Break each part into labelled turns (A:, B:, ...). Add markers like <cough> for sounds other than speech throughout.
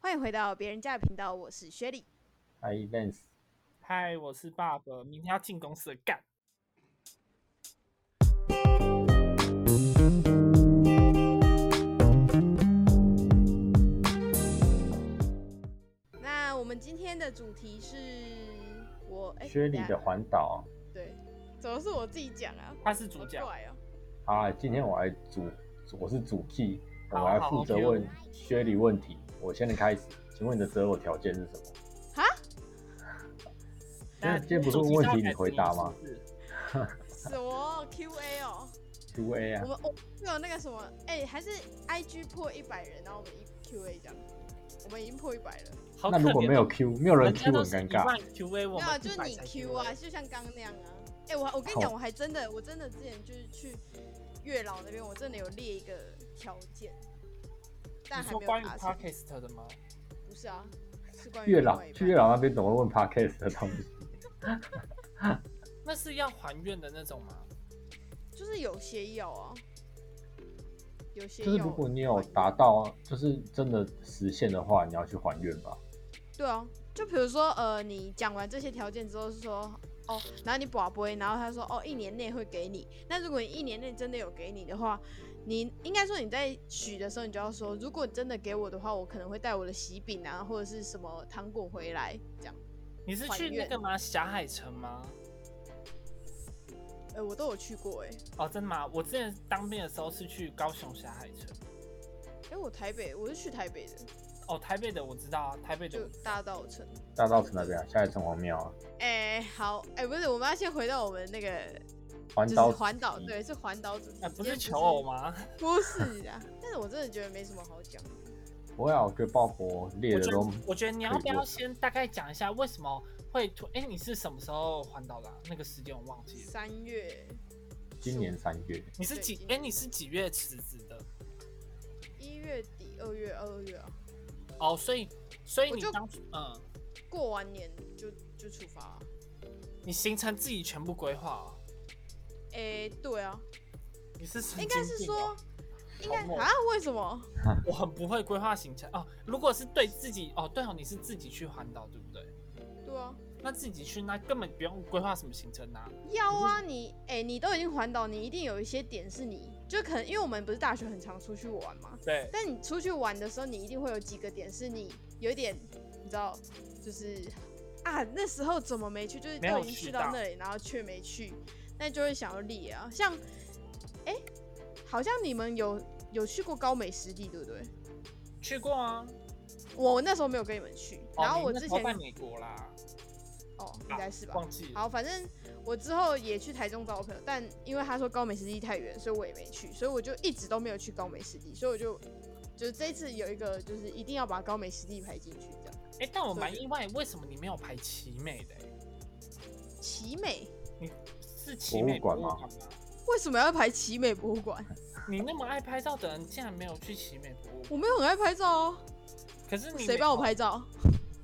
A: 欢迎回到别人家的频道，我是雪莉。
B: Hi Vance，
C: 嗨，我是爸爸，明天要进公司了干。
A: 那我们今天的主题是我哎，
B: 薛莉
A: 等一
B: 的
A: 下
B: 环岛
A: 对，怎么是我自己讲啊？
C: 他是主
A: 好
C: 角，
A: 怪哦、
B: 啊，今天我来主，我是主 key，我
C: 好
B: 来
C: 好
B: 负责
C: ，OK
B: 问薛莉问题。我现在开始，请问你的择偶条件是什么？
A: 哈，
C: 那
B: 今天不是
C: 主
B: 问
C: 题
B: 问
C: 是要
B: 题，你
C: 改
B: 回
C: 成
B: 答
C: 是
B: 吗
C: 不是
A: 什么 QA
B: <laughs>
A: 哦、
B: ？Q A
A: 我
B: 啊，
A: 们哦有那个什么哎、还是 IG 破一百人，然后我们一 QA 这样，我们已经破一百了。
C: 好可
B: 那如果
C: 怜
B: 没有
C: 哦
B: Q，没有人
C: 人家
B: Q
C: 都
B: 很
C: 是
B: 尴
C: 一
B: 尬。
C: 万 QA，我
A: 没
C: 们
A: 有啊，就是
C: 100
A: 你
C: 才
A: Q 啊，
C: QA
A: 就像刚刚那样啊。哎、我我跟你
B: 好
A: 讲，我还真的，我真的之前就是去月老那边，我真的有列一个条件，但
C: 你
A: 还
C: 说
A: 没有
C: 关于
A: 达成。
C: podcast 的吗？
A: 不是啊，是关于
B: 月
A: 另
B: 老
A: 外一
B: 去
A: 半
B: 月老那边怎么会问 podcast
A: <laughs>
B: 的东西？
C: 那是要还愿的那种吗？
A: 就是有些要啊，有些
B: 就是
A: 要
B: 如果你有
A: 还愿
B: 达到，就是真的实现的话，你要去还愿吧。
A: 对啊，就比如说呃，你讲完这些条件之后是说哦，然后你保杯，然后他说哦，一年内会给你。那如果你一年内真的有给你的话，你应该说你在许的时候，你就要说，如果你真的给我的话，我可能会带我的喜饼啊或者是什么糖果回来这样。
C: 你是
A: 还
C: 去那
A: 愿
C: 个吗？霞海城吗？
A: 哎、我都有去过哎、
C: 哦，真的吗？我之前当兵的时候是去高雄霞海城。
A: 哎、我台北我是去台北的，
C: 哦，台北的我知道啊，台北的
A: 就
C: 我知道
A: 大道城。
B: 大稻城那边啊，下一城隍庙啊，
A: 哎、好，哎、不是，我们要先回到我们那个
B: 环
A: 就是
B: 岛
A: 环岛，
B: 主题
A: 对，是环岛主题。
C: 啊，不
A: 今天
C: 是求偶吗？
A: 不是啊，但是我真的觉得没什么好讲。
B: 不会啊，我觉得鲍勃列
C: 我
B: 的
C: 觉
B: 都
C: 得，我觉得你要
B: 可以
C: 不
B: 做
C: 要先大概讲一下为什么会突？哎、你是什么时候环岛的啊、那个时间我忘记了。
A: 三月，
B: 今年三月，
C: 你是
A: 对
C: 几
A: 今？
C: 哎、
A: 年
C: 你是几月辞职的？
A: 一月底、二月、二月啊，
C: 哦，所以，所以
A: 我
C: 你
A: 就
C: 当初，嗯，
A: 过完年就就出发、啊。
C: 你行程自己全部规划、哦。
A: 诶、对啊，
C: 你是神
A: 应
C: 经
A: 该是
C: 病
A: 说
C: 哦，
A: 应该
C: 好猛
A: 啊？为什么？
C: 我很不会规划行程哦。如果是对自己哦，对哦，你是自己去环岛对不对？
A: 对啊，
C: 那自己去那根本不用规划什么行程啊。
A: 要啊！你诶、你都已经环岛，你一定有一些点是你就可能，因为我们不是大学很常出去玩嘛。
C: 对，
A: 但你出去玩的时候，你一定会有几个点是你有一点，你知道，就是啊，那时候怎么没去？就是
C: 没有
A: 都已经
C: 去
A: 去到
C: 到
A: 那里，然后却没去，那就会想要列啊。像，哎、好像你们有有去过高美湿地，对不对？
C: 去过啊。
A: 我那时候没有跟你们去，
C: 哦
A: 然后
C: 你
A: 我
C: 那
A: 之
C: 时候
A: 前
C: 在美国啦，啊
A: 哦，应该是吧。
C: 忘记了。
A: 好，反正我之后也去台中找我朋友，但因为他说高美湿地太远，所以我也没去，所以我就一直都没有去高美湿地，所以我就就是这一次有一个就是一定要把高美湿地排进去这样。
C: 哎、但我
A: 所以
C: 蛮意外，为什么你没有排奇美的、欸？
A: 奇美
C: 是奇美
B: 博
C: 博
B: 物
C: 物
B: 馆
C: 馆吗？
A: 为什么要排奇美博物馆？
C: 你那么爱拍照的人，竟然没有去奇美博物
A: 我
C: 馆？
A: 没有很爱拍照哦，
C: 可是你
A: 谁
C: 没
A: 帮我
C: 有
A: 拍？照？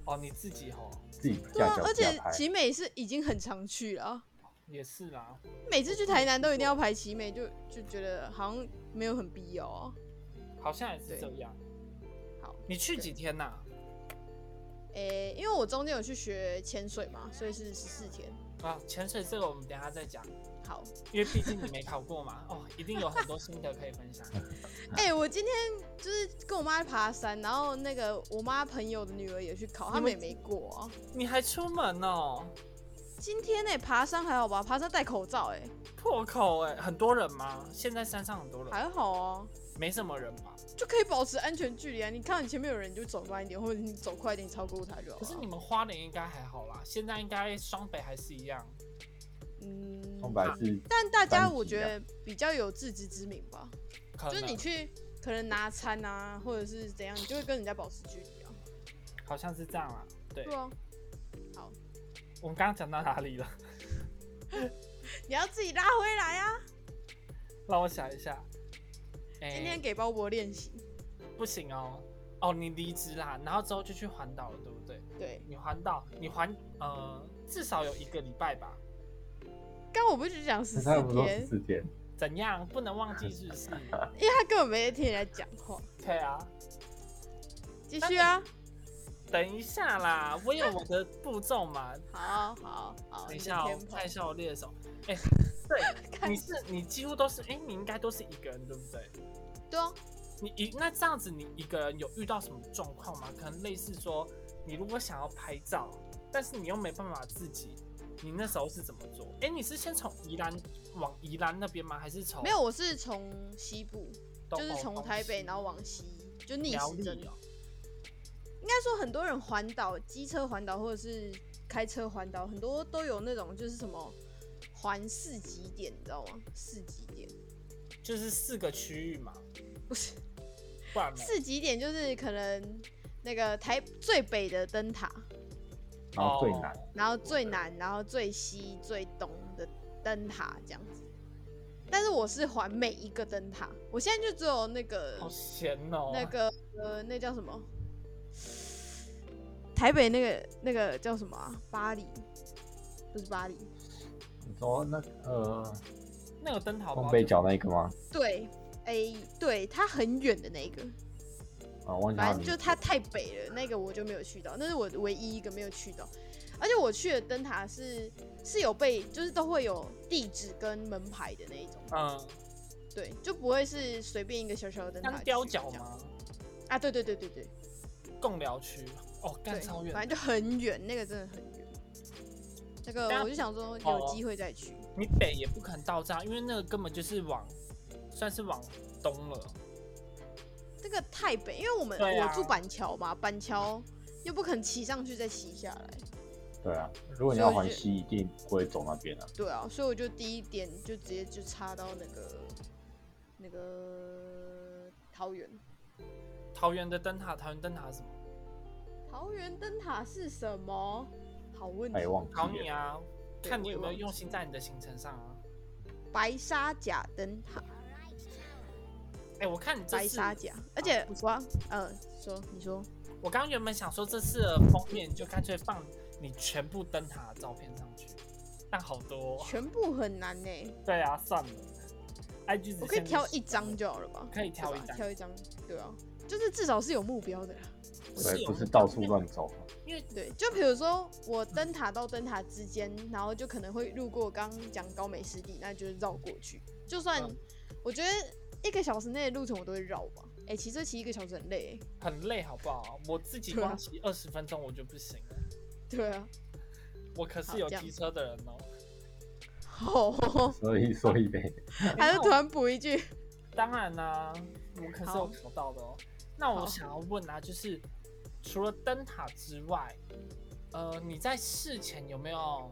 C: 哦，你自己哦，
B: 自己
A: 对
B: 架
A: 啊
B: 脚，
A: 而
B: 架
A: 且
B: 拍。
A: 奇美是已经很常去了啊，
C: 也是啦。
A: 每次去台南都一定要排奇美，就就觉得好像没有很必要哦。
C: 好像也
A: 对
C: 是这样。
A: 好，
C: 你去
A: 对
C: 几天呐、
A: 诶、因为我中间有去学潜水嘛，所以是十四天。
C: 啊，潜水这个我们等一下再讲，
A: 好，
C: 因为毕竟你没考过嘛，哦，一定有很多心得可以 <laughs> 分享。嗯
A: 哎、我今天就是跟我妈爬山，然后那个我妈朋友的女儿也去考，他
C: 你
A: 们
C: 们
A: 也没过啊。
C: 你还出门哦，
A: 今天呢、爬山还好吧？爬山戴口罩、哎
C: 破口哎、很多人吗？现在山上很多
A: 哎，还
C: 人，
A: 好啊，
C: 没什么人吧？
A: 就可以保持安全距离啊。你看你前面有人，你就走慢一点，或者你走快一点，超过他就好了。
C: 可是你们花莲应该还好啦，现在应该双北还是一样。
A: 嗯，
B: 空白是
A: 但大家
B: 班级
A: 我觉
B: 啊
A: 得比较有自知之明吧，
C: 可
A: 就是
C: 能
A: 你去可能拿餐啊，或者是怎样，你就会跟人家保持距离啊。
C: 好像是这样啦。对，
A: 对啊，
C: 我们刚刚讲到哪里了？ <laughs>
A: 你要自己拉回来啊。
C: 让我想一下。哎
A: 今天给鲍勃练习，
C: 不行哦，哦，你离职啦，然后之后就去环岛了，对不对？
A: 对，
C: 你环岛，你环呃至少有一个礼拜吧？
A: 刚我不是讲十四
B: 他不是说
A: 天
B: 十，四天，
C: 怎样？不能忘记是
A: <laughs>
C: 不是？
A: 因为他根本没听人家讲话。
C: 对啊，
A: 继续啊，
C: 等一下啦，我有我的步骤嘛。
A: 好好好，
C: 等
A: 你的
C: 一下、哦，我
A: tempo
C: 看一下我列的手。哎、对，你是你几乎都是，哎、你应该都是一个人，对不对？
A: 对啊，
C: 你一那这样子，你一个人有遇到什么状况吗？可能类似说，你如果想要拍照，但是你又没办法自己，你那时候是怎么做？哎、你是先从宜兰往宜兰那边吗？还是从
A: 没有，我是从西部，
C: 东？
A: 就是从台北然后往西，就逆
C: 苗
A: 时
C: 栗
A: 针。
C: 哦、
A: 应该说很多人环岛，机车环岛或者是开车环岛，很多都有那种就是什么环市集点，你知道吗？市集点
C: 就是四个区域嘛，
A: 不是
C: 不然没
A: 市集点，就是可能那个台最北的灯塔，
B: 然后哦最难，
C: 哦
A: 然后最南，然后最西、最东的灯塔这样子。但是我是环每一个灯塔，我现在就只有那个
C: 好闲哦、
A: 那个呃，那叫什么？台北那个那个叫什么啊？巴黎，不是巴黎，
B: 你说那呃，
A: 哦
C: 那个灯塔
B: 东
C: 包
B: 北
C: 就
B: 角那一个吗？
A: 对，哎、对，它很远的那一个，
B: 啊，忘记他
A: 反正
B: 名字
A: 就它太北了，那个我就没有去到，那是我唯一一个没有去到。而且我去的灯塔是是有被，就是都会有地址跟门牌的那一种，
C: 嗯，
A: 对，就不会是随便一个小小的灯塔
C: 像
A: 去
C: 雕
A: 这
C: 角
A: 样？
C: 吗？
A: 啊，对对对对对
C: 贡寮区哦，干
A: 对
C: 超，远。
A: 反正就很远，那个真的很远。那个
C: 但
A: 我就想说有
C: 哦
A: 机会再去。
C: 你北也不可能到站，因为那个根本就是往，算是往东了。
A: 这个太北，因为我们、
C: 对啊
A: 我住板桥嘛，板桥又不肯骑上去再骑下来，
B: 对啊，如果你要环西，一定不会走那边啊。
A: 对啊，所以我就第一点就直接就插到那个那个桃园。
C: 桃园的灯塔，桃园灯塔是什么？
A: 桃园灯塔是什么？好问题哦
B: 哎，。忘
C: 考
B: 记
C: 你
B: 了，
C: 啊，
A: 对
C: 看你
A: 我也
C: 有没有
A: 忘记
C: 用心在你的行程上啊。
A: 白沙甲灯塔，
C: 哎、我看你这
A: 白
C: 次，
A: 沙甲，而且
C: 不是
A: 我要呃说你说
C: 我刚原本想说这次的封面就干脆放你全部灯塔的照片上去，但好多、哦。
A: 全部很难呢、
C: 对啊，算了，IG 只
A: 我可以
C: 限
A: 挑
C: 制
A: 一
C: 10
A: 张就好了吧？
C: 可以挑
A: 对
C: 一
A: 吧
C: 张
A: 挑一张，对啊，就是至少是有目标的啦。
B: 对，
C: 有
B: 不是
C: 目
B: 到
C: 标
B: 处
C: 因为
B: 乱走。啊
C: 因为
A: 对，就比如说我灯塔到灯塔之间，然后就可能会路过刚刚讲高美湿地，那就是绕过去。就算
C: 嗯
A: 我觉得一个小时内的路程我都会绕吧。哎、骑车骑一个小时很累、
C: <laughs> 很累，好不好？我自己
A: 对啊
C: 光骑二十分钟我就不行了，
A: 对 <laughs> 啊，
C: 我可是
A: 好
C: 有
A: 这样
C: 机车的人哦、
A: 好、
B: 所以，所
A: <laughs>
B: 以呗，
A: 哦还是
C: 那我
A: 突然补一句，
C: 当然啦、我可是
A: 好
C: 有考到的哦。那我
A: 好
C: 想要问啊，就是除了灯塔之外，呃，你在事前有没有，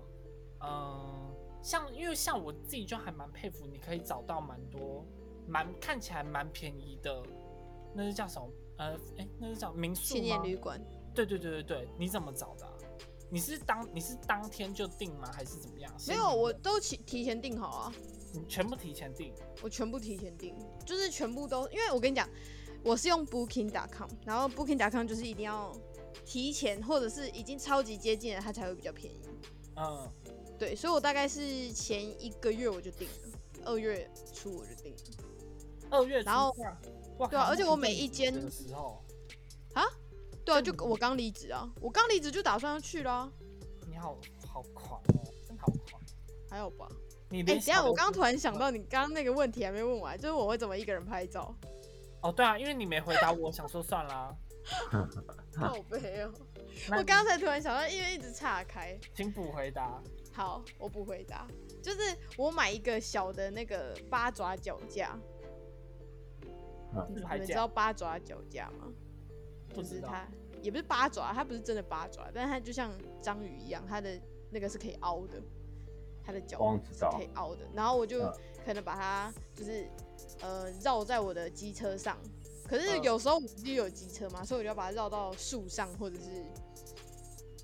C: 嗯、像因为像我自己就还蛮佩服，你可以找到蛮多蛮看起来蛮便宜的，那是叫什么？呃，哎、那是叫民宿
A: 青年
C: 吗？
A: 旅馆。
C: 对对对对对，你怎么找的啊、你是当你是当天就订吗？还是怎么样？
A: 没
C: 先
A: 有，
C: 订
A: 我
C: 的
A: 都提提前订好啊，
C: 你全部提前订。
A: 我全部提前订，就是全部都，因为我跟你讲，我是用 Booking.com，然后 Booking.com 就是一定要提前或者是已经超级接近了，它才会比较便宜。
C: 嗯，
A: 对，所以我大概是前一个月我就定了，二月初我就定了。
C: 二月初
A: 然后
C: 哇，哇
A: 对啊
C: 靠
A: 而且
C: 那
A: 我
C: 你
A: 每
C: 在
A: 一
C: 疫
A: 间
C: 情的时候，
A: 对啊，
C: 这
A: 就
C: 样子
A: 我刚离职啊，我刚离职就打算要去啦，
C: 你好好狂哦，真好狂！
A: 还好吧？
C: 你
A: 哎、
C: 连
A: 等一下
C: 小
A: 我
C: 的
A: 刚刚
C: 都
A: 突然想到，你刚刚那个问题还没问完，就是我会怎么一个人拍照？
C: 哦，对啊，因为你没回答我，想说算啦。
A: 好悲哦！
C: 那
A: 我
C: 你
A: 刚才突然想到，因为一直岔开。
C: 请补回答。
A: 好，我不回答。就是我买一个小的那个八爪脚架，
B: 嗯
A: 你
C: 还
A: 们
C: 这
A: 知
C: 样
A: 道八爪脚架吗？
C: 不
A: 就
C: 知
A: 是
C: 道
A: 它也不是八爪，它不是真的八爪，但是它就像章鱼一样，它的那个是可以凹的，它的脚
B: 我忘记
A: 是
B: 找
A: 可以凹的。然后我就
B: 嗯
A: 可能把它就是呃绕在我的机车上，可是
C: 嗯
A: 有时候我自己有机车嘛，所以我就要把它绕到树上或者是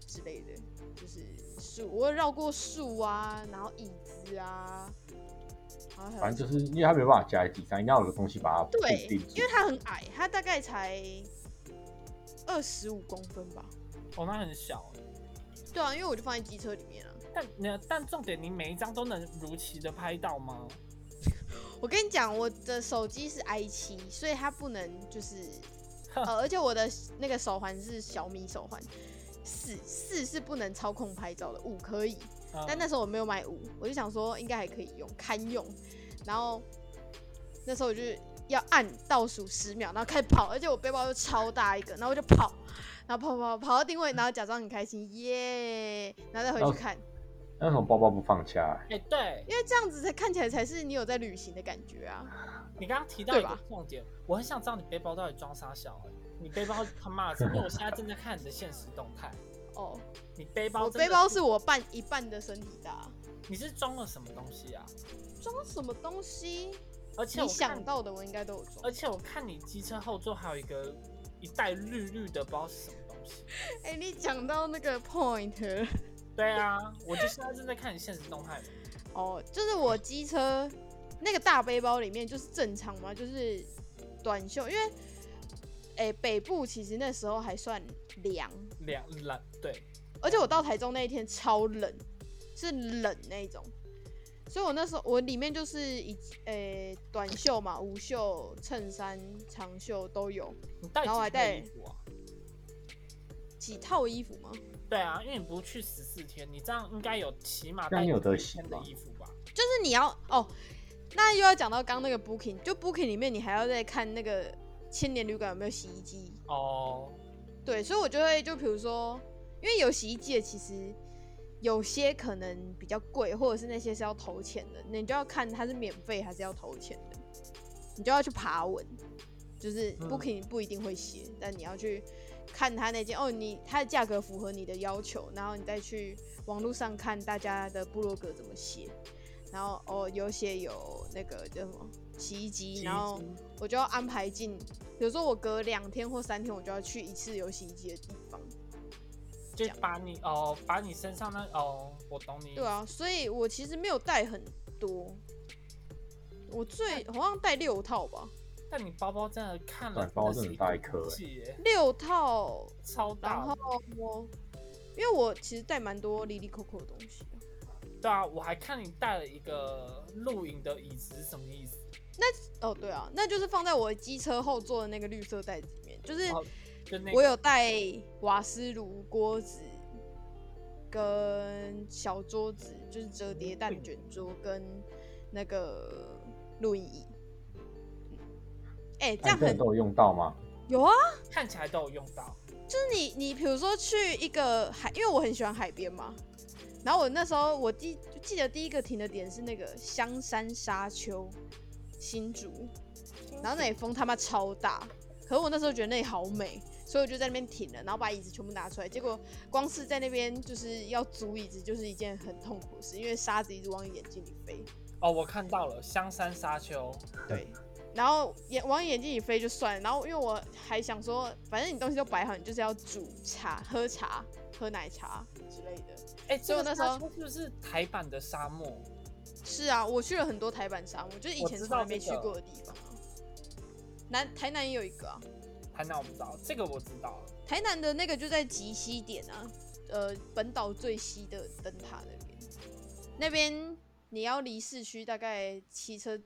A: 之类的，就是树，我会绕过树啊，然后椅子啊，然后还有
B: 反正就是因为它没办法夹在地上，一定要有个东西把它
A: 对，
B: 固定住
A: 因为。它很矮，它大概才二十五公分吧。
C: 哦，那很小，
A: 对啊，因为我就放在机车里面啊。
C: 但那但重点，你每一张都能如期的拍到吗？
A: 我跟你讲，我的手机是 i 七，所以它不能就是呃，而且我的那个手环是小米手环，四四是不能操控拍照的，五可以。
C: 嗯
A: 但那时候我没有买五，我就想说应该还可以用，堪用。然后那时候我就要按倒数十秒，然后开始跑，而且我背包又超大一个，然后我就跑，然后跑跑跑跑到定位，然后假装很开心，耶，然后再回去看，
B: 那为什么包包不放下啊来？
C: 哎、对
A: 因为这样子才看起来才是你有在旅行的感觉啊。
C: 你刚刚提到
A: 对
C: 一个
A: 吧
C: 重点，我很想知道你背包到底装啥小、哎你背包他妈的是，因为我现在正在看你的现实动态，
A: 哦，
C: 你背包
A: 我
C: 真的
A: 背包是我半一半的身体大，
C: 你是装了什么东西啊？
A: 装什么东西？
C: 而且
A: 你
C: 我看
A: 想，到的我应该都有装
C: 而。且我看你机车后座还有一个一袋绿绿的，不知道是什么东西。
A: 哎、你讲到那个 point <laughs> 了
C: 对啊，我就现在正在看你现实动态嘛。
A: 哦，就是我机车那个大背包里面就是正常嘛，就是短袖，因为哎、北部其实那时候还算凉，
C: 两蓝对，
A: 而且我到台中那一天超冷，是冷那一种，所以我那时候我里面就是一呃、短袖嘛，无袖、衬衫、长袖都有
C: 你带
A: 然后我还
C: 几
A: 带
C: 件衣服啊？
A: 几套衣服吗？
C: 对啊，因为你不是去十四天，你这样应该有起码
B: 那
C: 带
B: 你有得洗
C: 洗的
B: 吗
C: 衣服吧？
A: 就是你要哦，那又要讲到刚那个 Booking，就 Booking 里面你还要再看那个千年旅馆有没有洗衣机。
C: 哦，
A: 对，所以我就会就比如说，因为有洗衣机的，其实有些可能比较贵，或者是那些是要投钱的，那你就要看它是免费还是要投钱的，你就要去爬文，就是
C: 嗯
A: Booking 不一定会写，但你要去看它那件哦，你它的价格符合你的要求，然后你再去网络上看大家的部落格怎么写，然后哦有写有那个叫什么洗衣
C: 洗
A: 机，
C: 衣
A: 然后
C: 机
A: 我就要安排进，比如说我隔两天或三天，我就要去一次有洗衣机的地方。
C: 就把你哦，把你身上那哦，我懂你。
A: 对，啊，所以我其实没有带很多，我最好像带六套吧，
C: 但你包包真的看了，
B: 对包包真
C: 真
B: 的
C: 的是
B: 很大一
C: 股
B: 颗欸
C: 气耶，
A: 六套，
C: 超
A: 然
C: 大
A: 后
C: 的。
A: 我因为我其实带蛮多里里扣扣的东西的，
C: 对啊，我还看你带了一个露营的椅子，是什么意思？
A: 哦对啊，那就是放在我机车后座的那个绿色袋子里面，就是
C: 哦就那个
A: 我有带瓦斯炉、锅子跟小桌子，就是折叠蛋
C: 嗯
A: 卷桌跟那个录音椅。哎、这
B: 那
A: 样
B: 啊你真的
A: 很
B: 都有用到吗？
A: 有啊！
C: 看起来都有用到。
A: 就是你你比如说去一个海，因为我很喜欢海边嘛。然后我那时候我第记得第一个停的点是那个香山沙丘新竹，然后那里风他妈超大，可是我那时候觉得那里好美，所以我就在那边停了，然后把椅子全部拿出来。结果光是在那边就是要租椅子，就是一件很痛苦的事，因为沙子一直往你眼睛里飞。
C: 哦，我看到了香山沙丘，
A: 对，然后眼往眼睛里飞就算了，然后因为我还想说，反正你东西都摆好，你就是要煮茶、喝茶、喝奶茶之类的。
C: 哎，
A: 所以我
C: 这个
A: 那时候
C: 沙丘是不是台版的沙漠？
A: 是啊，我去了很多台版沙漠，就是以
C: 我
A: 前
C: 知
A: 从来
C: 道
A: 没
C: 这
A: 去
C: 个
A: 过的地方啊。南台南也有一个啊，
C: 台南我不知道，这个我知道了。
A: 台南的那个就在极西点啊，呃，本岛最西的灯塔那边，那边你要离市区大概骑车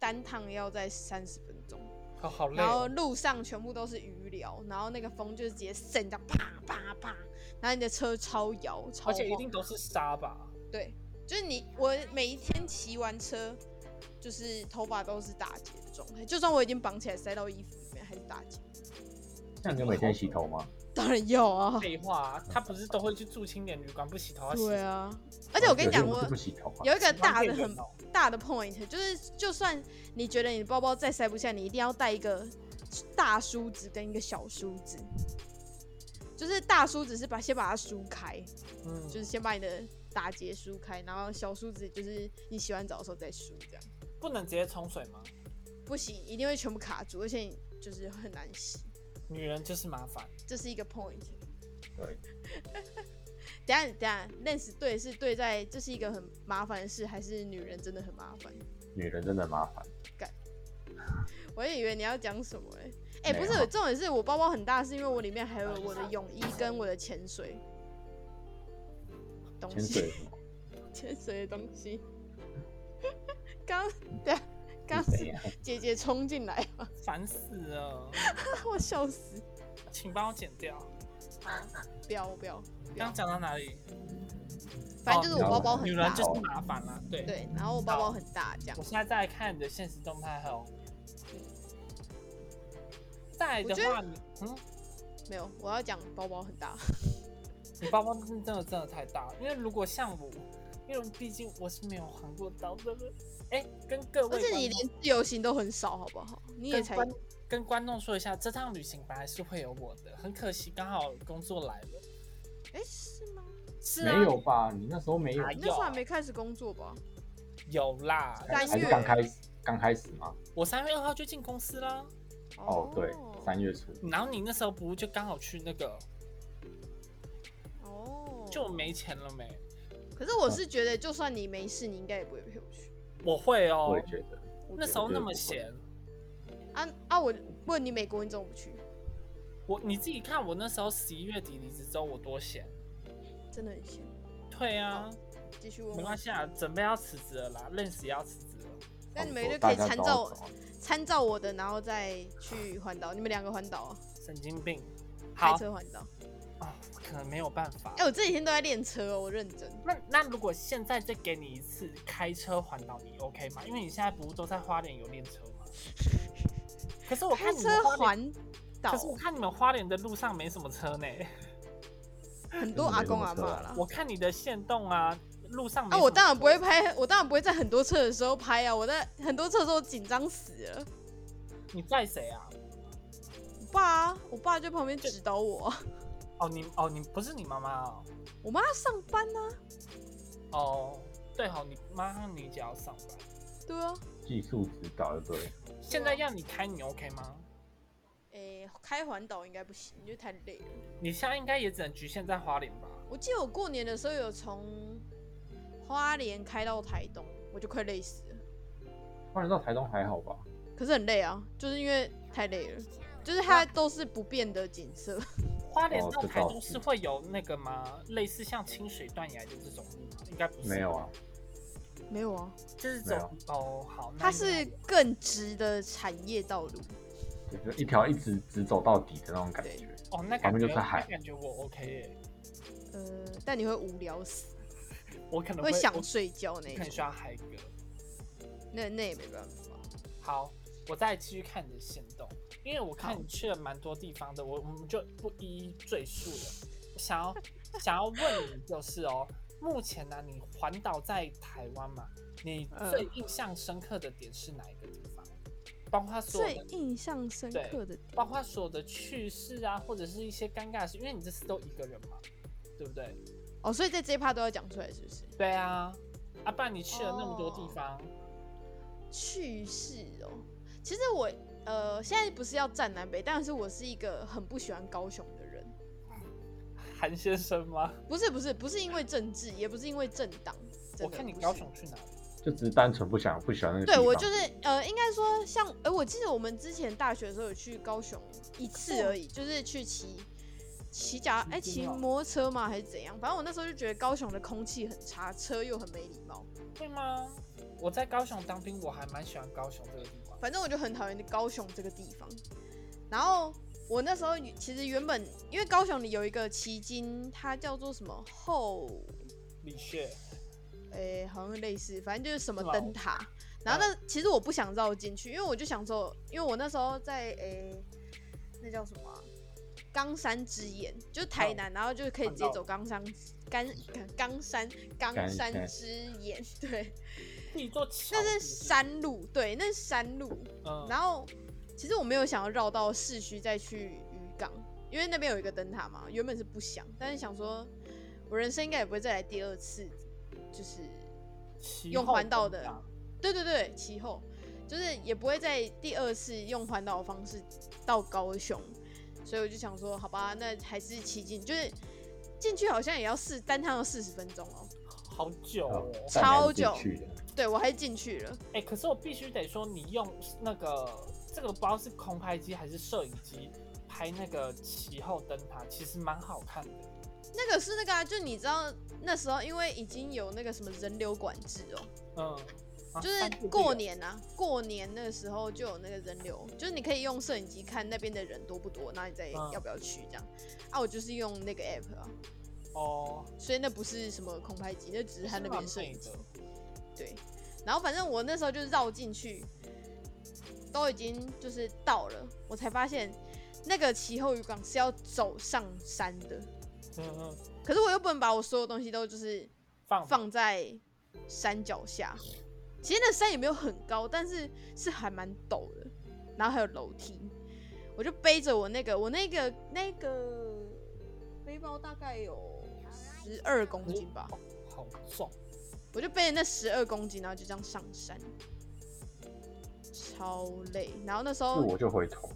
A: 单趟要在三十分钟。
C: 好好累
A: 然
C: 哦、
A: 后路上全部都是鱼疗，然后那个风就是直接扇到啪啪啪，然后你的车超摇超
C: 而且一
A: 晃
C: 定都是沙吧？
A: 对，就是你我每一天骑完车，就是头发都是打结的状态，就算我已经绑起来塞到衣服里面还是打结，
B: 那你有每天洗头吗？
A: 当然要啊，
C: 废话啊、他不是都会去住青年旅馆不洗头要洗？
A: 对啊，而且我跟你讲，
B: 有些人
A: 我
B: 是不洗头啊。
A: 有一个
C: 喜欢
A: 大
C: 被
A: 的
C: 人
A: 很
C: 哦
A: 大的 point，就是就算你觉得你的包包再塞不下，你一定要带一个大梳子跟一个小梳子。就是大梳子是把先把它梳开，
C: 嗯，
A: 就是先把你的打结梳开，然后小梳子就是你洗完澡的时候再梳，这样
C: 不能直接冲水吗？
A: 不行，一定会全部卡住，而且你就是很难洗，
C: 女人就是麻烦。
A: 这是一个 point。
B: 对，
A: 等一下等一下，lens 对是对在这是一个很麻烦的事，还是女人真的很麻烦？
B: 女人真的很麻烦。
A: 我也以为你要讲什么嘞、哎、
B: 没
A: 不
B: 有
A: 是，重点是我包包很大，是因为我里面还有我的泳衣跟我的潜水东
B: 潜
A: 西
B: 水，
A: <laughs> 潜水的东西。刚对啊，刚
B: 是
A: 是
B: 谁呀？
A: 姐姐冲进来， <laughs>
C: 烦死了，
A: 我笑死，
C: 请帮我剪掉。
A: 啊不要我不要，不要
C: 刚讲到哪里？
A: 反正就是我包包
C: 女
A: 很
C: 人
A: 大，
C: 就是麻烦啦。对，
A: 对，啊然后我包包很大这样
C: 我，现在再来看你的现实动态哦。再来的话，你嗯，
A: 没有，我要讲包包很大，
C: 你包包真的真的太大了，因为如果像我，因为毕竟我是没有还过刀的人。哎、跟各位
A: 而且你
C: 观众
A: 连自由行都很少，好不好？你也
C: 跟
A: 才
C: 观跟观众说一下，这趟旅行本来是会有我的，很可惜刚好工作来了。
A: 哎是吗？
C: 是
B: 没
C: 啊，哎
B: 有吧？你那时候没有
C: 哪，
A: 你那时候还没开始工作吧？
C: 有啦，
A: 三
B: 还
A: 月
B: 是刚开始？刚开始吗？
C: 我三月二号就进公司啦。
B: 哦，对，三月初。
C: 然后你那时候不就刚好去那个
A: 哦，
C: 就没钱了没？
A: 可是我是觉得，就算你没事，你应该也不会陪我去。
C: 我会哦
B: 我也，觉得，
A: 我
C: 那
A: 觉
C: 时候那么闲，
A: 得啊啊！我问你美国，你怎么不去？
C: 我你自己看我那时候十一月底离职之后我多闲。
A: 真的很闲。
C: 对啊，
A: 继续问
C: 没
A: 我
C: 关，系啊，准备要辞职了啦，认识也要辞职了。
A: 那你们就可
B: 大
A: 以
B: 家
A: 参
B: 都要
A: 照
B: 走啊
A: 参照我的，然后再去环岛。你们两个环岛啊，
C: 神经病，
A: 开
C: 好
A: 车环岛。
C: 啊，可能没有办法。
A: 哎，我这几天都在练车哦，我认真。
C: 那那如果现在再给你一次开车环岛，你 OK 吗？因为你现在不是都在花莲有练车
A: <laughs>
C: 吗？可是我
A: 开
C: 看你
A: 车
C: 们花
A: 环
C: 莲，
A: 岛
C: 可是我看你们花莲的路上没什么车呢。
A: 很多阿公阿妈啦。
C: 我看你的线动啊，路上没什
A: 啊，哦
C: 么
A: 我当然不会拍，我当然不会在很多车的时候拍啊！我在很多车的时候紧张死了。
C: 你载谁啊？
A: 我爸啊，我爸就在旁边指导我啊。
C: 哦，你哦，你不是你妈妈哦。
A: 我妈上班啊呢、
C: 哦，对哦，你妈和你姐要上班，
A: 对啊。
B: 技术指导就对了，
C: 现在要你开，你 OK 吗？
A: 诶、开环岛应该不行，就太累了。
C: 你现在应该也只能局限在花莲吧？
A: 我记得我过年的时候有从花莲开到台东，我就快累死了。
B: 不然到台东还好吧？
A: 可是很累啊，就是因为太累了，就是它都是不变的景色。
C: 花莲
B: 哦
C: 到
B: 这
C: 台
B: 倒
C: 东是
B: 是
C: 会有那个吗？类似像清水断崖的这种路吗？应该不是。
B: 没有啊，
A: 没有啊，
C: 就是
B: 没
C: 走哦，好，那
A: 它
C: 你
A: 是更直的产业道路。
B: 就是一条一直直走到底的那种感觉。
C: 哦，那
B: 旁
C: 感
B: 边
C: 觉
B: 就是海
C: 那感觉我 OK，耶
A: 呃，但你会无聊死，
C: 我可能
A: 会
C: 我
A: 想睡觉那
C: 可能
A: 种。
C: 需要嗨歌。
A: 那那也没办法。
C: 好，我再继续看你的行动，因为我看
A: 好
C: 你去了蛮多地方的，我我们就不一一赘述了。想要想要问你就是哦，目前呢、你环岛在台湾嘛，你
A: 嗯
C: 最印象深刻的点是哪一个地方？包括所
A: 最
C: 有的，
A: 印象深刻的，
C: 包括所有的趣事啊，或者是一些尴尬的事，因为你这次都一个人嘛，对不对？
A: 哦，所以在这一趴都要讲出来，是不是？
C: 对啊，啊，不然你去了那么多地
A: 哦
C: 方，
A: 趣事哦。其实我呃，现在不是要站南北，但是我是一个很不喜欢高雄的人。
C: 韩先生吗？
A: 不是不是不是因为政治，也不是因为政党。真
C: 我
A: 的
C: 看你
A: 不是
C: 高雄去哪里？
B: 就只是单纯不想不喜欢那个地
A: 对
B: 方。
A: 我就是呃，应该说像哎、我记得我们之前大学的时候有去高雄一次而已，就是去骑骑脚哎
C: 哦骑
A: 骑
C: 车哦
A: 摩托车嘛还是怎样，反正我那时候就觉得高雄的空气很差，车又很没礼貌，
C: 会吗？我在高雄当兵，我还蛮喜欢高雄这个地方。
A: 反正我就很讨厌高雄这个地方。然后我那时候其实原本因为高雄里有一个旗津，它叫做什么后
C: 李穴，
A: 诶、好像类似，反正就是什么
C: 是吧
A: 灯塔。然后那其实我不想绕进去，因为我就想说，因为我那时候在诶、那叫什么啊、冈山之眼，就是台南，然后就可以直接走冈山冈冈山冈
B: 冈
A: 山
B: 山
A: 之眼，对，
C: 自己做桥，
A: 那是山路，对，那是山路。
C: 嗯，
A: 然后其实我没有想要绕到市区再去渔港，因为那边有一个灯塔嘛，原本是不想，但是想说我人生应该也不会再来第二次，就是
C: 其
A: 用
C: 后
A: 环岛
C: 怎么
A: 的
C: 样，
A: 对对对，其后就是也不会在第二次用环岛的方式到高雄，所以我就想说，好吧，那还是骑进，就是进去好像也要四单趟要四十分钟哦。
C: 好久
B: 哦
C: 哦。
A: 超久
B: 去的，
A: 对我还是进去了，
C: 哎、可是我必须得说，你用那个这个不知道是空拍机还是摄影机拍那个其后灯塔，其实蛮好看的。
A: 那个是那个啊，就你知道那时候因为已经有那个什么人流管制哦，
C: 嗯，啊
A: 就是
C: 三部队
A: 过
C: 友
A: 年啊，过年的时候就有那个人流，就是你可以用摄影机看那边的人多不多，那你再
C: 嗯
A: 要不要去这样。啊，我就是用那个 app 啊，
C: 哦，
A: 所以那不是什么空拍机，那只是他那边的摄
C: 是蛮美
A: 影机。
C: 的。
A: 对，然后反正我那时候就绕进去，都已经就是到了，我才发现那个其后渔港是要走上山的。
C: 嗯嗯，
A: 可是我又不能把我所有东西都就是
C: 放
A: 放在山脚下。其实那山也没有很高，但是是还蛮陡的，然后还有楼梯。我就背着我那个我那个那个背包大概有十二公斤吧，
C: 好重，
A: 我就背着那十二公斤，然后就这样上山，超累。然后那时
B: 是
A: 候
B: 我就回头，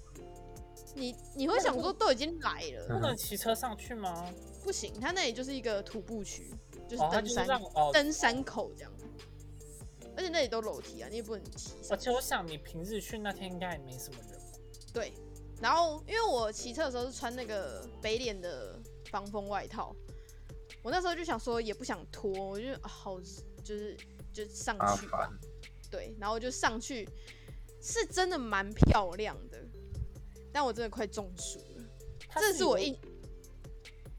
A: 你你会想说都已经来
B: <laughs>
C: 不
A: 了，
C: 能骑车上去吗？
A: 不行，它那里就是一个徒步区，就是
C: 哦，他
A: 登
C: 就是
A: 山。
C: 让哦，
A: 登山口这样，而且那里都楼梯啊，你也不能骑上
C: 而且我想你平日去那天应该也没什么人吧。
A: 对，然后因为我骑车的时候是穿那个北脸的防风外套，我那时候就想说也不想脱，我就、啊好就是就上
B: 阿
A: 去吧
B: 烦，，
A: 对，然后我就上去，是真的蛮漂亮的，但我真的快中暑了，
C: 它
A: 这是我
C: 有
A: 印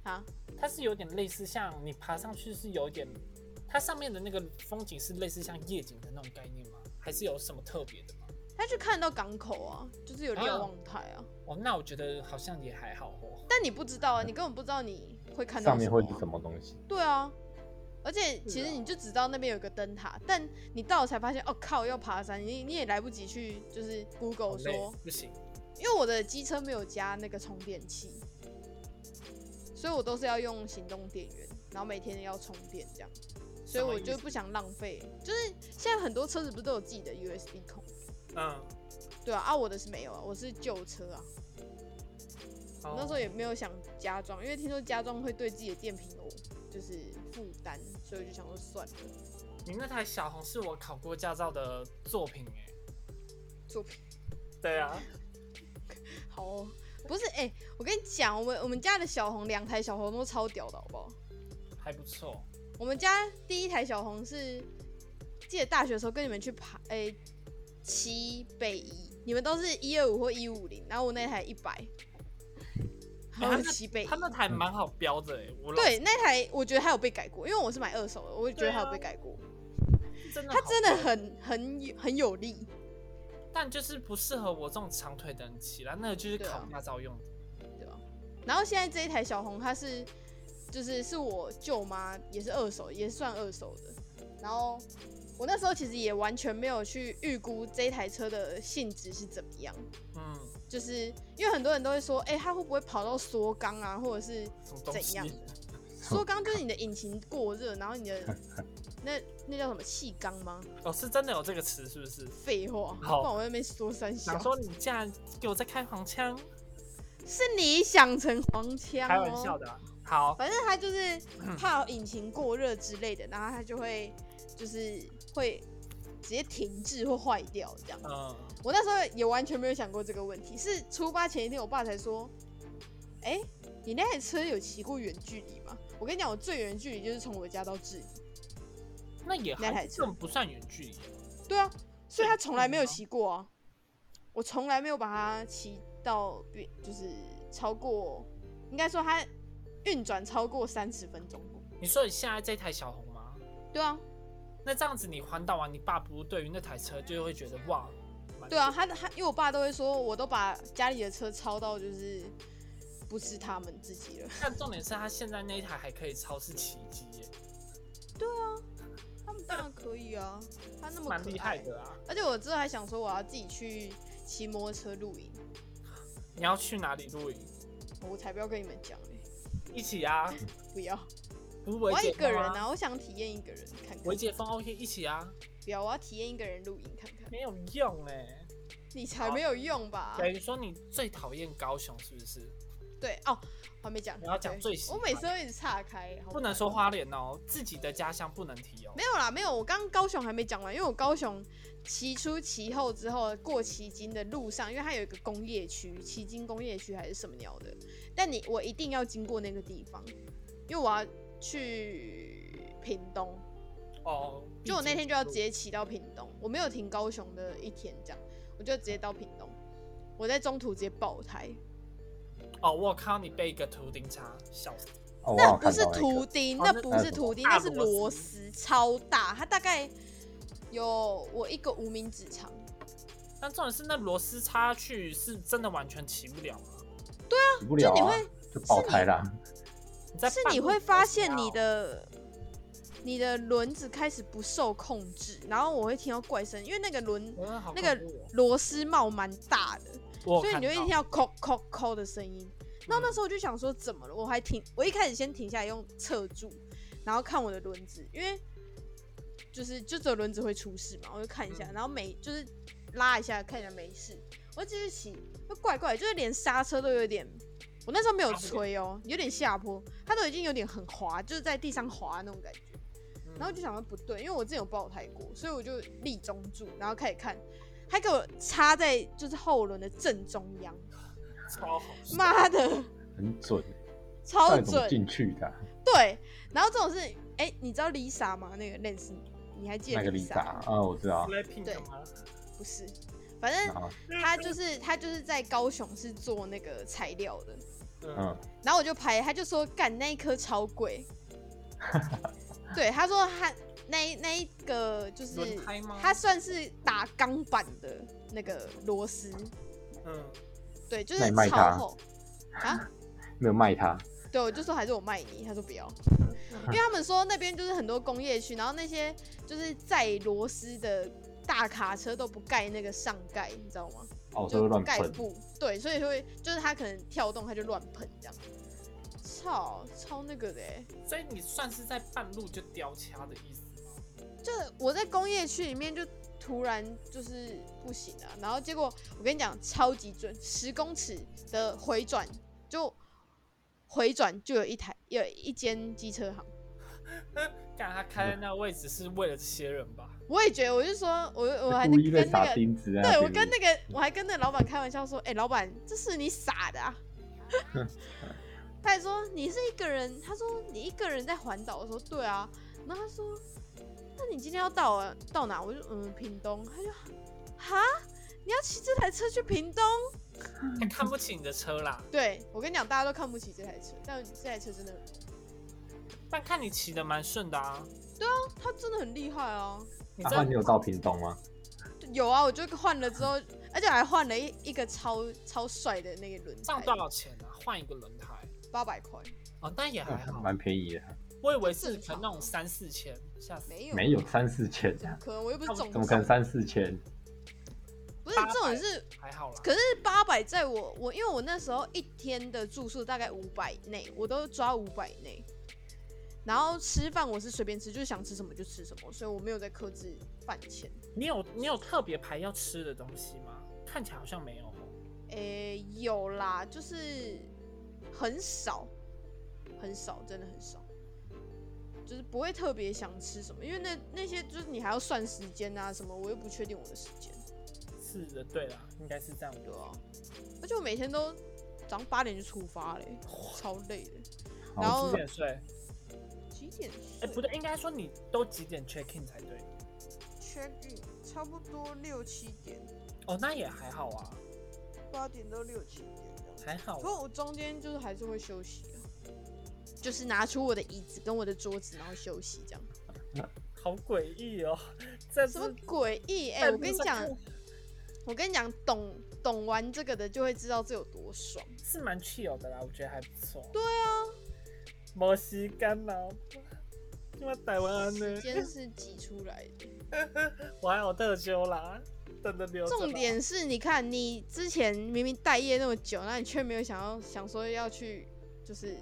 A: 啊，
C: 它是有点类似像你爬上去是有点，它上面的那个风景是类似像夜景的那种概念吗？还是有什么特别的吗？
A: 他就看到港口啊，就是有瞭
C: 啊
A: 望台啊，
C: 哦，那我觉得好像也还好哦。
A: 但你不知道啊，你根本不知道你会看到
B: 上面会
A: 啊
B: 是什么东西？
A: 对啊，而且其实
C: 啊
A: 你就只知道那边有个灯塔，但你到了才发现，哦靠，要爬山，你你也来不及去就是 Google
C: 好累
A: 说，
C: 不行，
A: 因为我的机车没有加那个充电器，所以我都是要用行动电源，然后每天要充电这样，所以我就不想浪费。就是现在很多车子不是都有自己的 USB 孔？
C: 嗯，
A: 对啊，啊我的是没有啊，我是旧车啊，我
C: 哦
A: 那时候也没有想加装，因为听说加装会对自己的电瓶有就是负担，所以我就想说算了，
C: 你那台小红是我考过驾照的作品哎、
A: 作品。
C: 对啊，
A: 好、哦，不是哎、欸我跟你讲，我们我们家的小红两台小红都超屌的，好不好？
C: 还不错。
A: 我们家第一台小红是记得大学的时候跟你们去爬，哎、骑北一，你们都是一二五或一五零，然后我那台一百，然
C: 哎他
A: 后
C: 那
A: 骑北一
C: 他。那台蛮好标的哎、我老
A: 对，那台我觉得还有被改过，因为我是买二手的，我觉
C: 对
A: 得
C: 啊
A: 还有被改过。
C: 真的
A: 它
C: 好
A: 真的
C: 标，
A: 很很很有力，
C: 但就是不适合我这种长腿的人骑啦，那个就是
A: 对啊
C: 考驾照用的。
A: 对吧？然后现在这一台小红，它是就是是我舅妈，也是二手，也是算二手的。然后我那时候其实也完全没有去预估这一台车的性质是怎么样，
C: 嗯，
A: 就是因为很多人都会说，哎、它会不会跑到缩缸啊，或者是
C: 什么东
A: 怎
C: 西？
A: 样缩缸就是你的引擎过热，然后你的那那叫什么气缸吗？
C: 哦，是真的有这个词是不是？
A: 废话，不
C: 好
A: 然我在那边说三小
C: 想，说你竟然给我在开黄腔，
A: 是你想成黄腔、哦，
C: 开玩笑的啊、好，
A: 反正他就是怕引擎过热之类的，然后他就会就是会直接停滞或坏掉这样。
C: 嗯，
A: 我那时候也完全没有想过这个问题，是出发前一天我爸才说：“哎、你那台车有骑过远距离吗？”我跟你讲，我最远距离就是从我家到智利。
C: 那也
A: 那
C: 还
A: 台
C: 这
A: 车
C: 种不算远距离啊。
A: 对啊，所以他从来没有骑过啊，我从来没有把它骑到远，就是超过，应该说它运转超过三十分钟过。
C: 你说你现在这台小红吗？
A: 对啊，
C: 那这样子你环岛完，你爸不对于那台车就会觉得哇，蛮
A: 对啊，他他因为我爸都会说，我都把家里的车抄到就是不是他们自己了，
C: 但重点是他现在那一台还可以超是奇迹耶，
A: 他们当然可以啊，他那么
C: 蛮
A: 可
C: 厉
A: 爱
C: 害。的啊！
A: 而且我之后还想说，我要自己去骑摩托车露营，
C: 你要去哪里露营？
A: 我才不要跟你们讲嘞，
C: 一起啊，
A: 不要，
C: 不是
A: 我
C: 维
A: 要一
C: 解
A: 个
C: 封
A: 人
C: 啊，
A: 啊，我想体验一个人看看，
C: 维解封 OK 一起啊，
A: 不要，我要体验一个人露营看看，
C: 没有用哎、
A: 你才没有用吧？
C: 等于说你最讨厌高雄是不是？
A: 对哦，我还没讲，
C: 你要讲
A: 对
C: 最喜
A: 我
C: 欢
A: 每次都一直岔开，好
C: 不能说花莲哦，自己的家乡不能提哦
A: 没。有啦，没有。我刚刚高雄还没讲完，因为我高雄骑出骑后之后过旗津的路上，因为它有一个工业区，旗津工业区还是什么鸟的，但你我一定要经过那个地方，因为我要去屏东，
C: 哦，
A: 就我那天就要直接
C: 接
A: 骑到屏东，我没有停高雄的一天，这样我就直接到屏东，我在中途直接爆胎，
C: 哦，我有看到你被一个图钉叉，笑死！
B: 哦，我
A: 那
B: 好
A: 不
B: 看
A: 是
B: 到那
A: 图
B: 个，
A: 钉，
C: 哦
A: 那
C: 那
A: 不
B: 那
A: 是
B: 是
A: 图钉，
C: 大
A: 那是
C: 螺
A: 螺丝
C: 丝
A: 超大，它大概有我一个无名指长，
C: 但重点是那螺丝插下去是真的完全骑不了吗？
B: 起不了
A: 就你
B: 啊
A: 会，
B: 就爆胎啦。
C: 你在
A: 是
C: 半
A: 你
C: 路
A: 会
C: 的
A: 发
C: 时
A: 现你
C: 候
A: 的你的轮子开始不受控制，然后我会听到怪声，因为那个轮
C: 嗯好
A: 那个
C: 恐怖哦
A: 螺丝帽蛮大的，
C: 我有
A: 所以你
C: 看
A: 就会
C: 到
A: 听到“扣扣扣”的声音。然后那
C: 嗯
A: 时候我就想说怎么了？我还停，我一开始先停下来用侧柱，然后看我的轮子，因为就是就只有轮子会出事嘛，我就看一下，
C: 嗯
A: 然后没就是拉一下看一下没事，我继续骑，就怪怪，就是连刹车都有点，我那时候没有
C: 刹不
A: 吹哦，有点下坡，它都已经有点很滑，就是在地上滑那种感觉。然后就想说不对，因为我之前有爆胎过，所以我就立中柱，然后开始看，还给我插在就是后轮的正中央，
C: 嗯超好笑，
A: 妈的，
B: 很准，到
A: 超
B: 底怎么
A: 准，
B: 进去的啊？
A: 对。然后这种是，哎、你知道 Lisa 吗？那个认识你，你还记得
B: 那个
A: Lisa？
B: Lisa 啊，我知道
C: Slapping
A: 对
C: 干嘛
A: 不是，反正
B: 啊，
A: 她就是她就是在高雄是做那个材料的，
C: 嗯
B: 嗯，
A: 然后我就拍，他就说干那一颗超
B: <laughs>
A: 贵，对，他说他那那一个就是
C: 轮胎吗
A: 他算是打钢板的那个螺丝，
C: 嗯，
A: 对，就
B: 那
A: 是
B: 你卖
A: 超
B: 他
A: 厚啊。
B: 没有卖它，
A: 对，我就说还是我卖你，他说不要，
B: <laughs>
A: 因为他们说那边就是很多工业区，然后那些就是载螺丝的大卡车都不盖那个上盖，你知道吗？
B: 哦，我
A: 就
B: 都
A: 不
B: 乱
A: 盖
B: 喷，
A: 布，对，所以会就是它可能跳动，它就乱喷这样。操，超那个的、欸，
C: 所以你算是在半路就掉掐的意思吗？
A: 就我在工业区里面就突然就是不行了、然后结果我跟你讲超级准，十公尺的回转就回转就有一台有一间机车行，
C: 干他开在
A: 嗯
C: 那位置是为了这些人吧？
A: 我也觉得，我就说我我还
B: 故意
A: 跟
B: 在
A: 跟
B: 撒
A: 啊那个。
B: 钉子啊！
A: 对，我跟那个，我还跟那个老板开玩笑说：“哎、老板，这是你傻
B: <laughs>
A: 的啊！”他还说：“你是一个人。”他说：“你一个人在环岛。”我说：“对啊。”然后他说：“那你今天要到啊到哪？”我就嗯，屏东。他就哈，你要骑这台车去屏东？嗯
C: 他看不起你的车啦，
A: 对我跟你讲，大家都看不起这台车，但这台车真的，
C: 但看你骑的蛮顺的啊。
A: 它真的很厉害啊！
C: 你
B: 阿焕，
C: 真
B: 你有到屏东吗？
A: 有啊，我就换了之后，而且还换了一一个超超帅的那个轮
C: 上
A: 胎，
C: 多少钱啊？换一个轮胎
A: 八百块。
C: 哦，但也还好。
B: 蛮便宜的，
C: 我以为是
A: 正
C: 可能
A: 常
C: 那种三四千，吓死。
A: 嗯没有，
B: 没有三四千
A: 怎么
B: 啊，
A: 可能？我又不是总
B: 怎么可能三四千？
A: 不是这种是，
C: 还好啦。
A: 可是八百在我我因为我那时候一天的住宿大概五百内，我都抓五百内。然后吃饭我是随便吃，就是想吃什么就吃什么，所以我没有在克制饭钱。
C: 你有你有特别排要吃的东西吗？看起来好像没有哦。
A: 诶，有啦，就是很少，很少，真的很少，就是不会特别想吃什么，因为那那些就是你还要算时间啊什么，我又不确定我的时间。
C: 是的，对啦，应该是这样
A: 对
C: 的。
A: 啊，而且我每天都早上八点就出发嘞，超累的。
B: 好
A: 然后
C: 几点睡？
A: 几点睡？
C: 哎，不对，应该说你都几点 check in 才对。
A: ，check in 差不多六七点，
C: 哦，那也还好啊，
A: 八点到六七点这样。
C: 还好
A: 不
C: 啊。
A: 过我中间就是还是会休息啊，就是拿出我的椅子跟我的桌子，然后休息这样。
C: 好诡异哦，这
A: 什
C: 是
A: 么诡异？哎、我
C: 在路
A: 跟你
C: 上
A: 讲
C: 看，
A: 我跟你讲，懂懂玩这个的就会知道这有多爽。
C: 是蛮 chill 的啦，我觉得还不错。对啊，摩西干扰，因为台湾
A: 时
C: 呢，
A: 间是挤出来的。
C: 我还有特休啦，等着留着啦。
A: 重点是，你看你之前明明待业那么久，那你却没有想要想说要去就是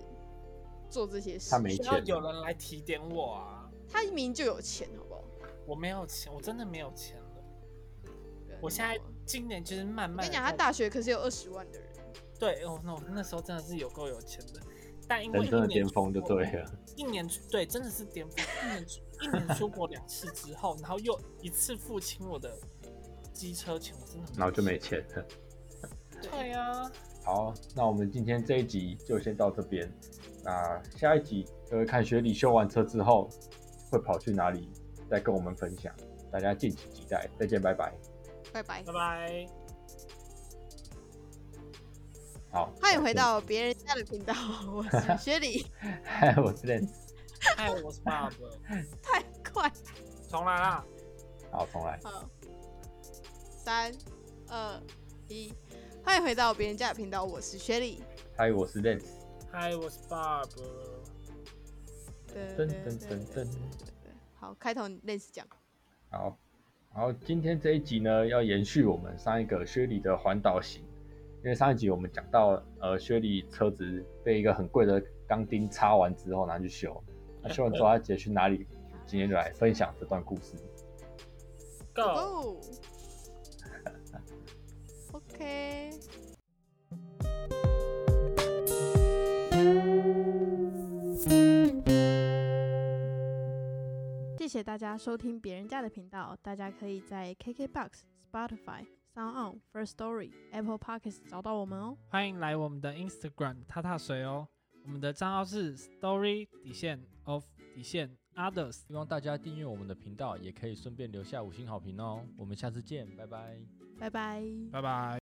A: 做这些事。
B: 他没
C: 需要
B: 钱，
C: 有人来提点我啊，
A: 他明明就有钱，好不好？
C: 我没有钱，我真的没有钱了。
A: 对啊
C: 我现在
A: 你懂吗
C: 今年就是慢
A: 我
C: 慢地在。
A: 跟你讲，他大学可是有二十万的人，
C: 对哦，那我那时候真的是有够有钱的，但因为
B: 人
C: 一
B: 生的
C: 年
B: 巅峰就对了。
C: 一年出对，真的是巅峰。一年出一年出国两次之后， <laughs> 然后又一次付清我的机车钱，我真的
B: 然后就没钱了。
C: 对啊，
B: 好，那我们今天这一集就先到这边。那下一集各位看学理修完车之后会跑去哪里再跟我们分享，大家敬请期待。再见，拜拜。
A: 拜拜
C: 拜。拜。
B: 好，
A: 欢迎回，到别人家的频道，我是雪里，
B: 嗨， <laughs> 我是 Len，
C: 嗨，我是 Bob，
A: 太快，
C: 重来啦。
B: 好，重来，
A: 好，三二一，欢迎回到别人家的频道，我是雪里。
B: 嗨，我是 Len，
C: 嗨，我是 Bob。
A: 噔
B: 噔噔噔噔，
A: 好，开头你认识讲，
B: 好，然后今天这一集呢，要延续我们上一个薛里的环岛行，因为上一集我们讲到，呃，薛里车子被一个很贵的钢钉插完之后拿去修，那修完之后他直接去哪里？今天就来分享这段故事。
C: Go。
A: 哦 OK，谢谢大家收听别人家的频道，大家可以在 KKBox、Spotify、Sound On、First Story、Apple Podcasts 找到我们哦。
C: 欢迎来我们的 Instagram 踏踏水哦，我们的账号是 Story 底线 of 底线 Others。
D: 希望大家订阅我们的频道，也可以顺便留下五星好评哦。我们下次见，拜拜。
A: 拜拜。
C: 拜拜。